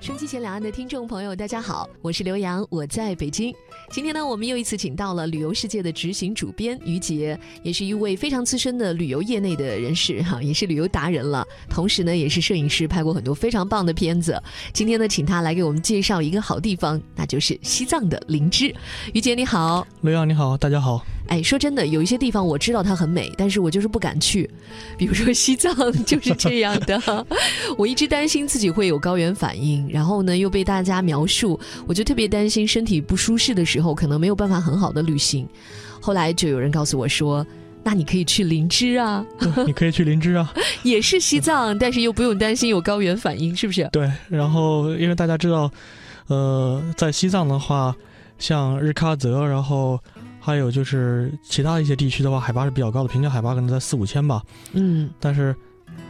收机前两岸的听众朋友，大家好，我是刘洋，我在北京。今天呢，我们又一次请到了旅游世界的执行主编于杰，也是一位非常资深的旅游业内的人士哈，也是旅游达人了，同时呢，也是摄影师，拍过很多非常棒的片子。今天呢，请他来给我们介绍一个好地方，那就是西藏的林芝。于杰你好，刘洋你好，大家好。哎，说真的，有一些地方我知道它很美，但是我就是不敢去，比如说西藏 就是这样的。 我一直担心自己会有高原反应，然后呢又被大家描述，我就特别担心身体不舒适的时候可能没有办法很好的旅行。后来就有人告诉我说。那你可以去林芝啊，对，你可以去林芝啊。 也是西藏，但是又不用担心有高原反应，是不是？对，然后因为大家知道，呃，在西藏的话，像日喀则，然后还有就是其他一些地区的话，海拔是比较高的，平均海拔可能在四五千吧。嗯，但是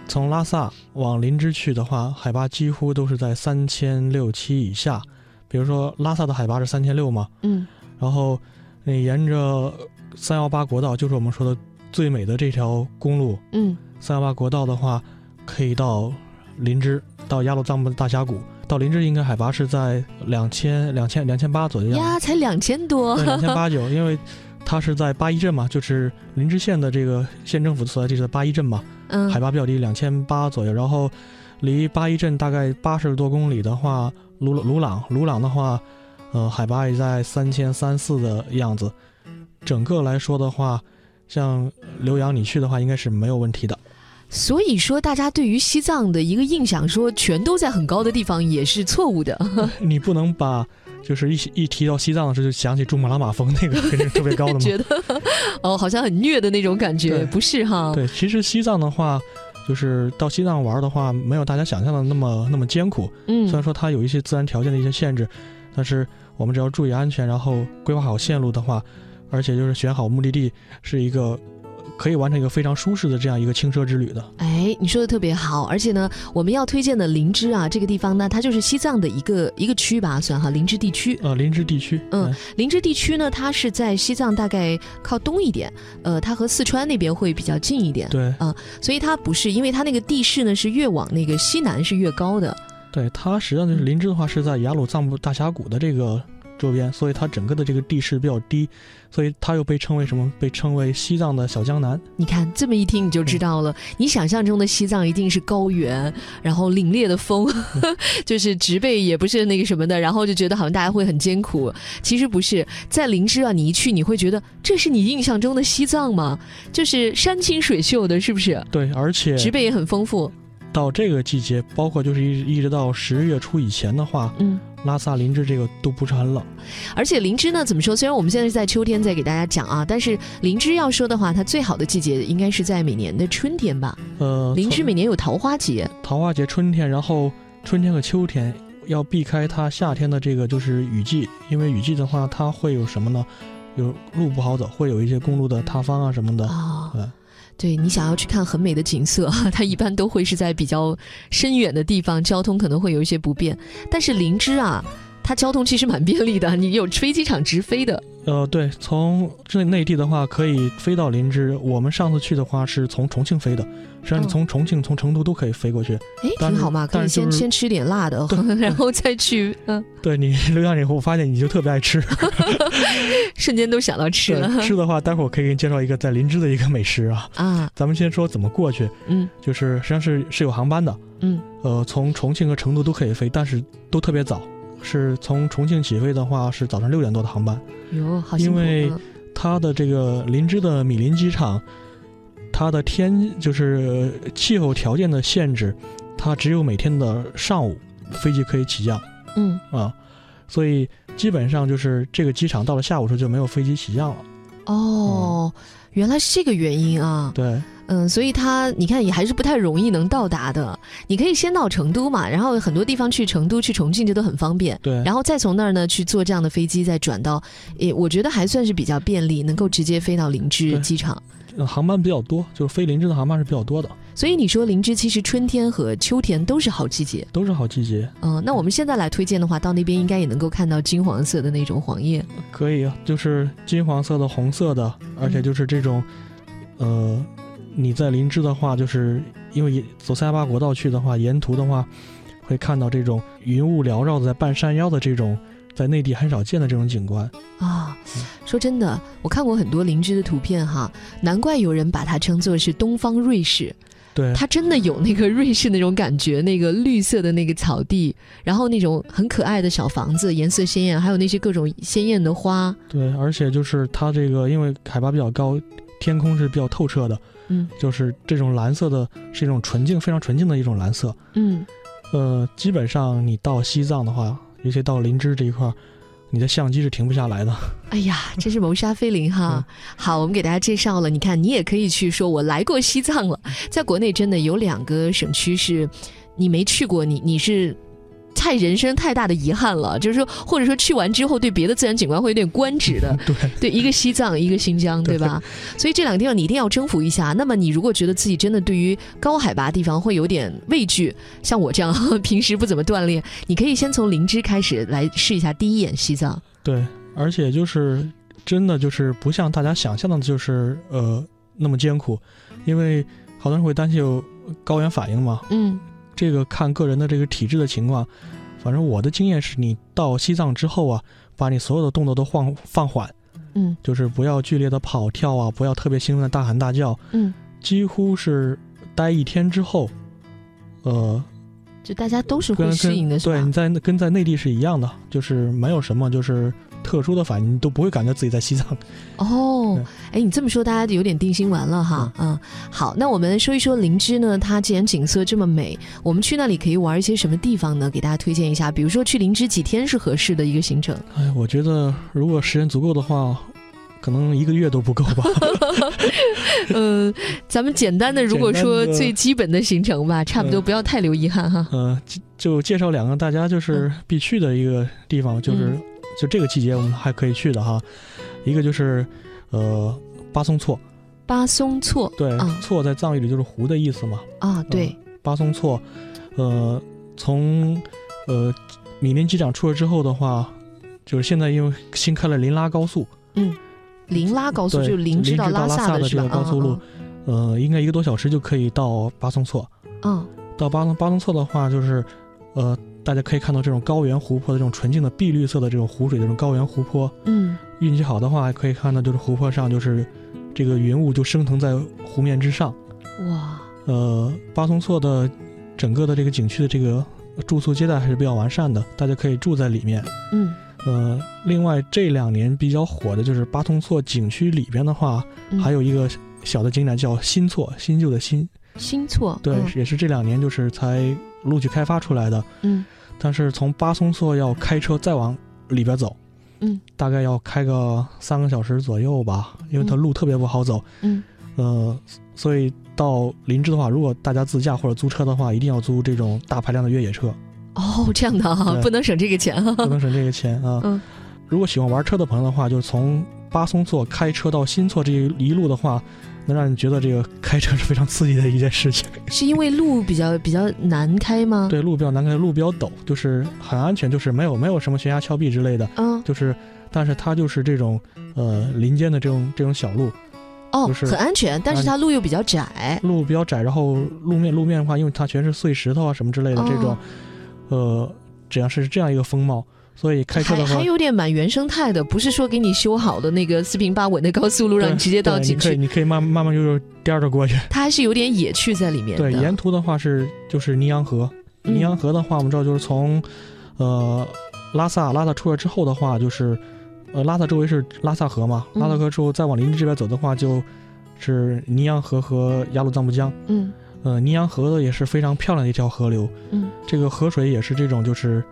从拉萨往林芝去的话，海拔几乎都是在三千六七以下。比如说拉萨的海拔是三千六嘛，嗯，然后你沿着三幺八国道，就是我们说的最美的这条公路，嗯，三幺八国道的话，可以到林芝，到雅鲁藏布大峡谷。到林芝应该海拔是在两千、两千、两千八左右的样呀，才两千多子，，两千 八九，因为它是在八一镇嘛，就是林芝县的这个县政府所在地是在八一镇嘛，嗯，海拔比较低，两千八左右。然后离八一镇大概八十多公里的话，鲁鲁朗，鲁朗的话，呃，海拔也在三千三四的样子。整个来说的话，像浏阳你去的话，应该是没有问题的。所以说，大家对于西藏的一个印象，说全都在很高的地方，也是错误的。 你不能把就是一一提到西藏的时候就想起珠穆朗玛峰那个肯定是特别高的 嘛。觉得哦，好像很虐的那种感觉，对不是哈？对，其实西藏的话，就是到西藏玩的话，没有大家想象的那么那么艰苦。虽然嗯说它有一些自然条件的一些限制，但是我们只要注意安全，然后规划好线路的话，而且就是选好目的地，是一个可以完成一个非常舒适的这样一个轻奢之旅的。哎，你说的特别好，而且呢，我们要推荐的林芝啊，这个地方呢，它就是西藏的一个一个区吧，算哈林芝地区。呃，林芝地区，嗯哎，林芝地区呢，它是在西藏大概靠东一点，呃，它和四川那边会比较近一点，对所以它不是，因为它那个地势呢是越往那个西南是越高的。对，它实际上就是林芝的话是在雅鲁藏布大峡谷的这个周边，所以它整个的这个地势比较低，所以它又被称为什么？被称为西藏的小江南。你看这么一听你就知道了，你想象中的西藏一定是高原，然后凛冽的风， 就是植被也不是那个什么的，然后就觉得好像大家会很艰苦。其实不是，在林芝啊，你一去你会觉得这是你印象中的西藏吗？就是山清水秀的，是不是？对，而且植被也很丰富，到这个季节，包括就是一直一直到十月初以前的话，嗯。拉萨、林芝这个都不是很冷。而且林芝呢，怎么说？虽然我们现在是在秋天在给大家讲啊，但是林芝要说的话，它最好的季节应该是在每年的春天吧。呃，林芝每年有桃花节，桃花节春天，然后春天和秋天要避开它夏天的这个就是雨季，因为雨季的话，它会有什么呢？有路不好走，会有一些公路的塌方啊什么的。哦嗯，对你想要去看很美的景色，啊 它一般都会是在比较深远的地方，交通可能会有一些不便。但是林芝啊，它交通其实蛮便利的， 你有飞机场直飞的。呃，对，从这内地的话可以飞到林芝，我们上次去的话是从重庆飞的，实际上你嗯从重庆、从成都都可以飞过去。哎，但挺是好嘛，可以但是就先是先吃点辣的， 然后再去， 嗯，对你 留下以后，我发现你就特别爱吃。瞬间都想到吃了对吃的话，待会儿我可以给你介绍一个在林芝的一个美食啊。 啊，咱们先说怎么过去，嗯就是实际上是是有航班的，嗯，呃，从重庆和成都都可以飞，但是都特别早。是从重庆起飞的话，是早上六点多的航班。哟，好辛苦。因为嗯它的这个林芝的米林机场，它的天就是呃气候条件的限制，它只有每天的上午飞机可以起降嗯，啊，所以基本上就是这个机场到了下午时候就没有飞机起降了。哦，嗯原来是这个原因啊。对，嗯，所以它你看也还是不太容易能到达的。你可以先到成都嘛，然后很多地方去成都、去重庆这都很方便。对，然后再从那儿呢去坐这样的飞机，再转到，也我觉得还算是比较便利，能够直接飞到林芝对机场。呃航班比较多，就是飞林芝的航班是比较多的，所以你说林芝其实春天和秋天都是好季节。都是好季节。嗯、那我们现在来推荐的话，到那边应该也能够看到金黄色的那种黄叶。可以，啊，就是金黄色的、红色的，而且就是这种，呃，你在林芝的话，就是因为沿走塞巴国道去的话，沿途的话，会看到这种云雾缭绕的在半山腰的这种在内地很少见的这种景观。啊、说真的，我看过很多灵芝的图片哈，难怪有人把它称作是东方瑞士，对，它真的有那个瑞士那种感觉，那个绿色的那个草地，然后那种很可爱的小房子，颜色鲜艳，还有那些各种鲜艳的花，对，而且就是它这个因为海拔比较高，天空是比较透彻的，嗯就是这种蓝色的是一种纯净、非常纯净的一种蓝色。嗯呃，基本上你到西藏的话，尤其到林芝这一块儿，你的相机是停不下来的。哎呀，真是谋杀菲林哈！好，我们给大家介绍了，你看，你也可以去说，我来过西藏了。在国内真的有两个省区是你没去过，你你是太人生太大的遗憾了，就是说，或者说去完之后对别的自然景观会有点官职的 。对， 对，一个西藏，一个新疆，对吧？所以这两个地方你一定要征服一下。那么你如果觉得自己真的对于高海拔地方会有点畏惧，像我这样 平时不怎么锻炼，你可以先从林芝开始来试一下第一眼西藏。对，而且就是真的就是不像大家想象的，就是呃那么艰苦，因为好多人会担心有高原反应嘛。嗯这个看个人的这个体质的情况，反正我的经验是你到西藏之后啊，把你所有的动作都放放缓，嗯就是不要剧烈的跑跳啊，不要特别兴奋的大喊大叫，嗯。几乎是待一天之后，呃，就大家都是跟会适应的，跟是吧？对你在跟在内地是一样的，就是没有什么就是特殊的反应，你都不会感觉自己在西藏。哦对，哎，你这么说，大家就有点定心丸了哈。嗯，好，那我们说一说灵芝呢，它既然景色这么美，我们去那里可以玩一些什么地方呢？给大家推荐一下，比如说去灵芝几天是合适的一个行程。 哎，我觉得如果时间足够的话，可能一个月都不够 吧。 嗯，咱们简单的，如果说简单的最基本的行程吧，差不多，嗯不要太留遗憾哈。嗯、就就介绍两个大家就是必去的一个地方，就是嗯就这个季节我们还可以去的哈。一个就是呃巴松措，巴松措对，啊措在藏语里就是湖的意思嘛。啊，对，巴松措，呃，从呃米林机场出来之后的话，就是现在因为新开了林拉高速，林拉高速对就是灵芝灵芝到到拉拉萨萨的是这吧？个高速路呃，应该一个多小时就可以到巴松措。嗯，到巴东巴东措的话，就是，呃，大家可以看到这种高原湖泊的这种纯净的碧绿色的这种湖水，这种高原湖泊。嗯运气好的话，还可以看到就是湖泊上就是这个云雾就升腾在湖面之上。嗯，哇，呃，巴松措的整个的这个景区的这个住宿接待还是比较完善的，大家可以住在里面。嗯，呃，另外这两年比较火的就是巴松措景区里边的话，嗯还有一个小的景点叫新措，新旧的新，新措，对，嗯也是这两年就是才陆续开发出来的。嗯但是从巴松措要开车再往里边走，嗯，大概要开个三个小时左右吧，因为它嗯路特别不好走，嗯呃，所以到林芝的话，如果大家自驾或者租车的话，一定要租这种大排量的越野车，哦，这样的啊，对不能省这个钱 不哈。能省这个钱啊。嗯如果喜欢玩车的朋友的话，就是从巴松措开车到新措这一路的话，能让你觉得这个开车是非常刺激的一件事情。是因为路比较比较难开吗？，对，路比较难开，路比较陡，就是很安全，就是没有没有什么悬崖峭壁之类的。嗯，就是，但是它就是这种呃林间的这种这种小路，哦，就是很安全，但是它路又比较窄。路比较窄，然后路面路面的话，因为它全是碎石头啊什么之类的哦这种，呃，只要是这样一个风貌，所以开车还的话还。有点蛮原生态的，不是说给你修好的那个四平八稳的高速路让对你直接到对景你可以区，你可以慢慢慢悠悠颠着过去。它还是有点野趣在里面的。对，沿途的话是就是尼洋河，尼洋嗯河的话，我们知道就是从，呃，拉萨拉萨出来之后的话，就是，呃，拉萨周围是拉萨河嘛，拉萨嗯河之后再往林芝这边走的话，就是尼洋河和雅鲁藏布江。嗯呃，尼洋河也是非常漂亮的一条河流，嗯这个河水也是这种就是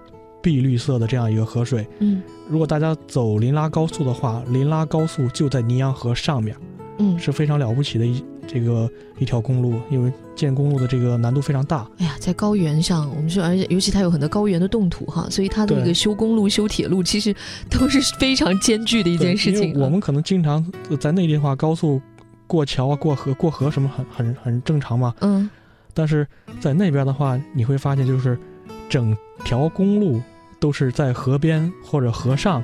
碧绿色的这样一个河水。嗯如果大家走林拉高速的话，林拉高速就在尼洋河上面，嗯，是非常了不起的一这个一条公路，因为建公路的这个难度非常大。哎呀，在高原上，我们说，而且尤其它有很多高原的冻土哈，所以它的对那个修公路、修铁路，其实都是非常艰巨的一一件事情啊。我们可能经常呃在内地的话，高速过桥啊、过河、过河什么很很很正常嘛，嗯但是在那边的话，你会发现就是整条公路都是在河边或者河上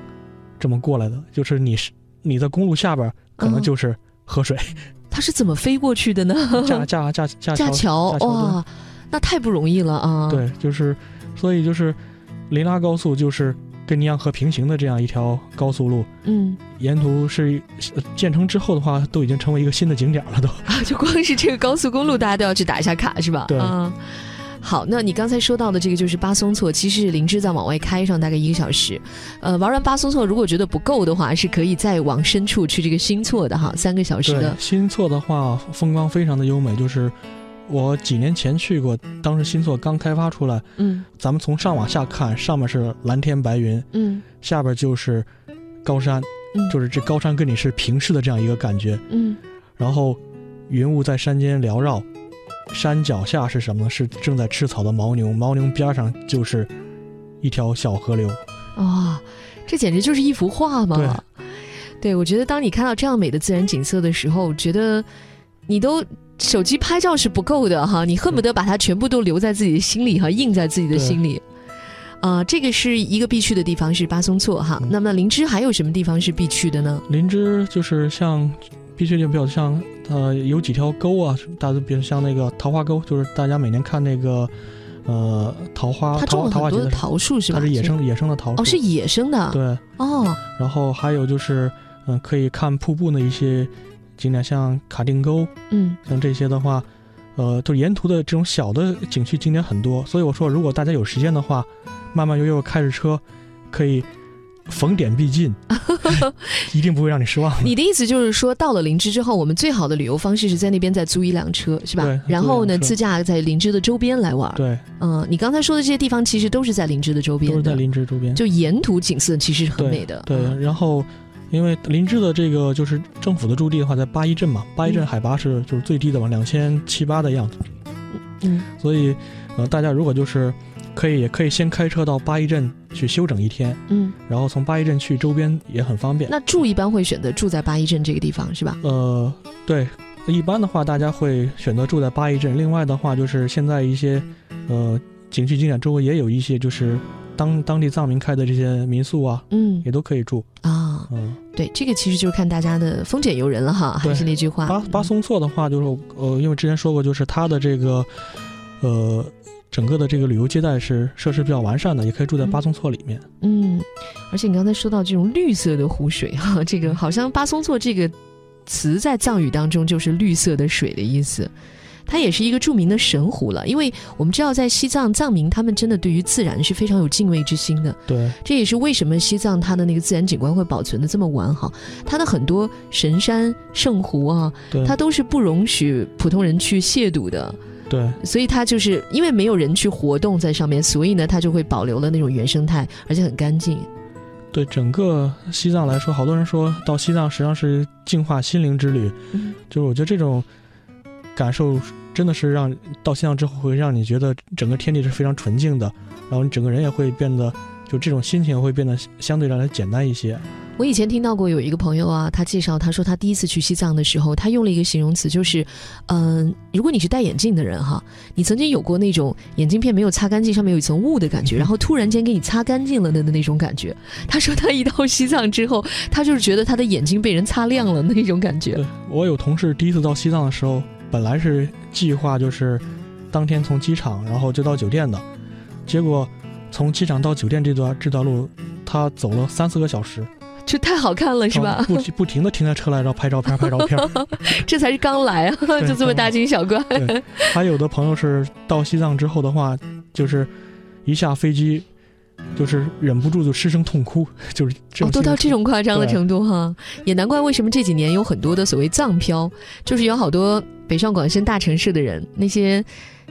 这么过来的，就是你是你在公路下边可能嗯就是 河水，它是怎么飞过去的呢？架架架架架桥桥，哦架桥墩哇，那太不容易了啊！对，就是所以就是林拉高速就是跟尼洋河平行的这样一条高速路，嗯，沿途是呃建成之后的话，都已经成为一个新的景点了都。啊， 就光是这个高速公路，大家都要去打一下卡，是吧？对啊。好，那你刚才说到的这个就是巴松措，其实是林芝再往外开上大概一个小时，呃，玩完巴松措如果觉得不够的话，是可以再往深处去这个新措的哈，三个小时对的，，新措的话，风光非常的优美，就是我几年前去过，当时新措刚开发出来，嗯咱们从上往下看，上面是蓝天白云，嗯下边就是高山，嗯就是这高山跟你是平视的这样一个感觉，嗯然后云雾在山间缭绕，山脚下是什么呢？是正在吃草的牦牛，牦牛边上就是一条小河流，哦，这简直就是一幅画嘛！对，我觉得当你看到这样美的自然景色的时候，觉得你都手机拍照是不够的嗯哈，你恨不得把它全部都留在自己的心里哈，印在自己的对心里。啊、这个是一个必去的地方，是巴松措哈。嗯那么林芝还有什么地方是必去的呢？林芝就是像必须就比较像呃有几条沟啊，大家比如像那个桃花沟，就是大家每年看那个呃桃花它种桃了桃花很节多的的时候，桃树是吧？它是野生野生的桃树，哦，是野生的对，哦，然后还有就是嗯、呃可以看瀑布的一些景点，像卡定沟，嗯像这些的话。呃，就沿途的这种小的景区景点很多，所以我说，如果大家有时间的话，慢慢悠悠开着车，可以逢点 必进，一定不会让你失望的。你的意思就是说，到了林芝之后，我们最好的旅游方式是在那边再租一辆车，是吧对？然后呢，租一辆车自驾在林芝的周边来玩。对，嗯、你刚才说的这些地方其实都是在林芝的周边都的，是在林芝周边。就沿途景色其实很美的。对嗯，然后因为林芝的这个就是政府的驻地的话，在八一镇嘛，八一镇嗯海拔是就是最低的吧，两千七八的样子。嗯所以，呃，大家如果就是可以也可以先开车到八一镇去休整一天，嗯。然后从八一镇去周边也很方便。那住一般会选择住在八一镇这个地方，是吧？呃，对，一般的话大家会选择住在八一镇。另外的话，就是现在一些呃景区景点周围也有一些就是当当地藏民开的这些民宿啊，嗯也都可以住。啊，嗯。对，这个其实就是看大家的丰俭由人了哈。还对是那句话，巴巴松措的话，就是呃，因为之前说过，就是它的这个呃，整个的这个旅游接待是设施比较完善的，也可以住在巴松措里面。嗯，而且你刚才说到这种绿色的湖水 哈，这个好像巴松措这个词在藏语当中就是绿色的水的意思。它也是一个著名的神湖了，因为我们知道在西藏，藏民他们真的对于自然是非常有敬畏之心的。对这也是为什么西藏它的那个自然景观会保存的这么完好，它的很多神山圣湖啊，对，它都是不容许普通人去亵渎的，对所以它就是因为没有人去活动在上面，所以呢，它就会保留了那种原生态，而且很干净。对，整个西藏来说，好多人说到西藏实际上是净化心灵之旅，嗯就是我觉得这种感受真的是让到西藏之后会让你觉得整个天地是非常纯净的，然后你整个人也会变得。就这种心情会变得相对来来简单一些，我以前听到过有一个朋友啊，他介绍他说他第一次去西藏的时候，他用了一个形容词，就是，嗯、如果你是戴眼镜的人哈，你曾经有过那种眼镜片没有擦干净，上面有一层雾的感觉，然后突然间给你擦干净了的那种感觉。他说他一到西藏之后，他就是觉得他的眼睛被人擦亮了那种感觉。对我有同事第一次到西藏的时候，本来是计划就是当天从机场，然后就到酒店的，结果从机场到酒店这段这段路，他走了三四个小时，这太好看了是吧？不不停的停在车来，然后拍照片，拍照片。 这才是刚来啊，就这么大惊小怪。还有的朋友是到西藏之后的话，就是一下飞机，就是忍不住就失声痛哭， 就是这种、哦，都到这。种夸张的对程度哈，也难怪为什么这几年有很多的所谓藏漂，就是有好多北上广深大城市的人，那些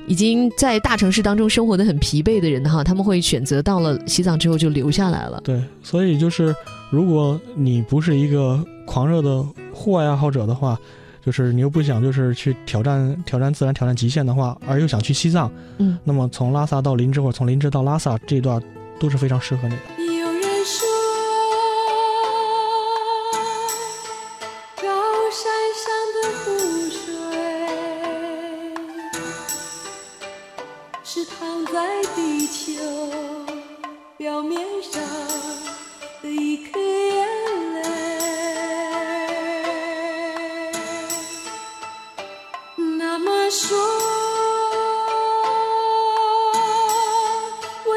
已经在大城市当中生活的很疲惫的人哈，他们会选择到了西藏之后就留下来了。对，所以就是如果你不是一个狂热的户外爱好者的话，就是你又不想就是去挑战挑战自然、挑战极限的话，而又想去西藏，嗯，那么从拉萨到林芝或者从林芝到拉萨这段都是非常适合你的。有人说，高山上的湖水是躺在地球表面上的一颗眼泪。那么说，我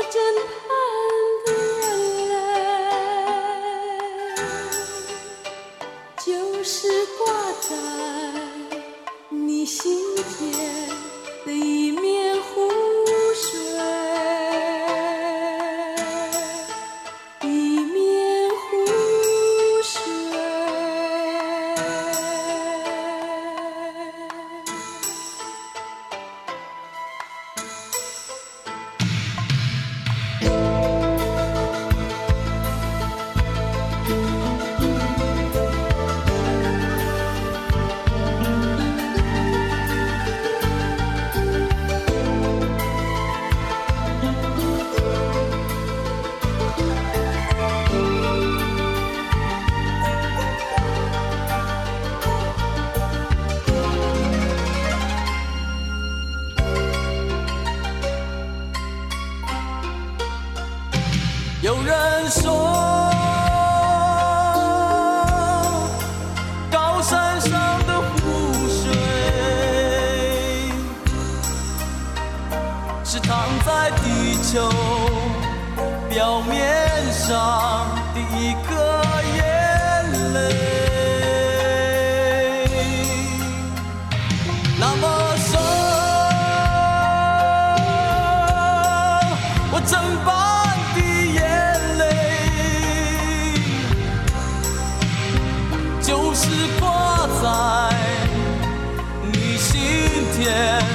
有人说，高山上的湖水是躺在地球表面上的一个眼泪。那么说，我怎般的眼泪，就是挂在你心田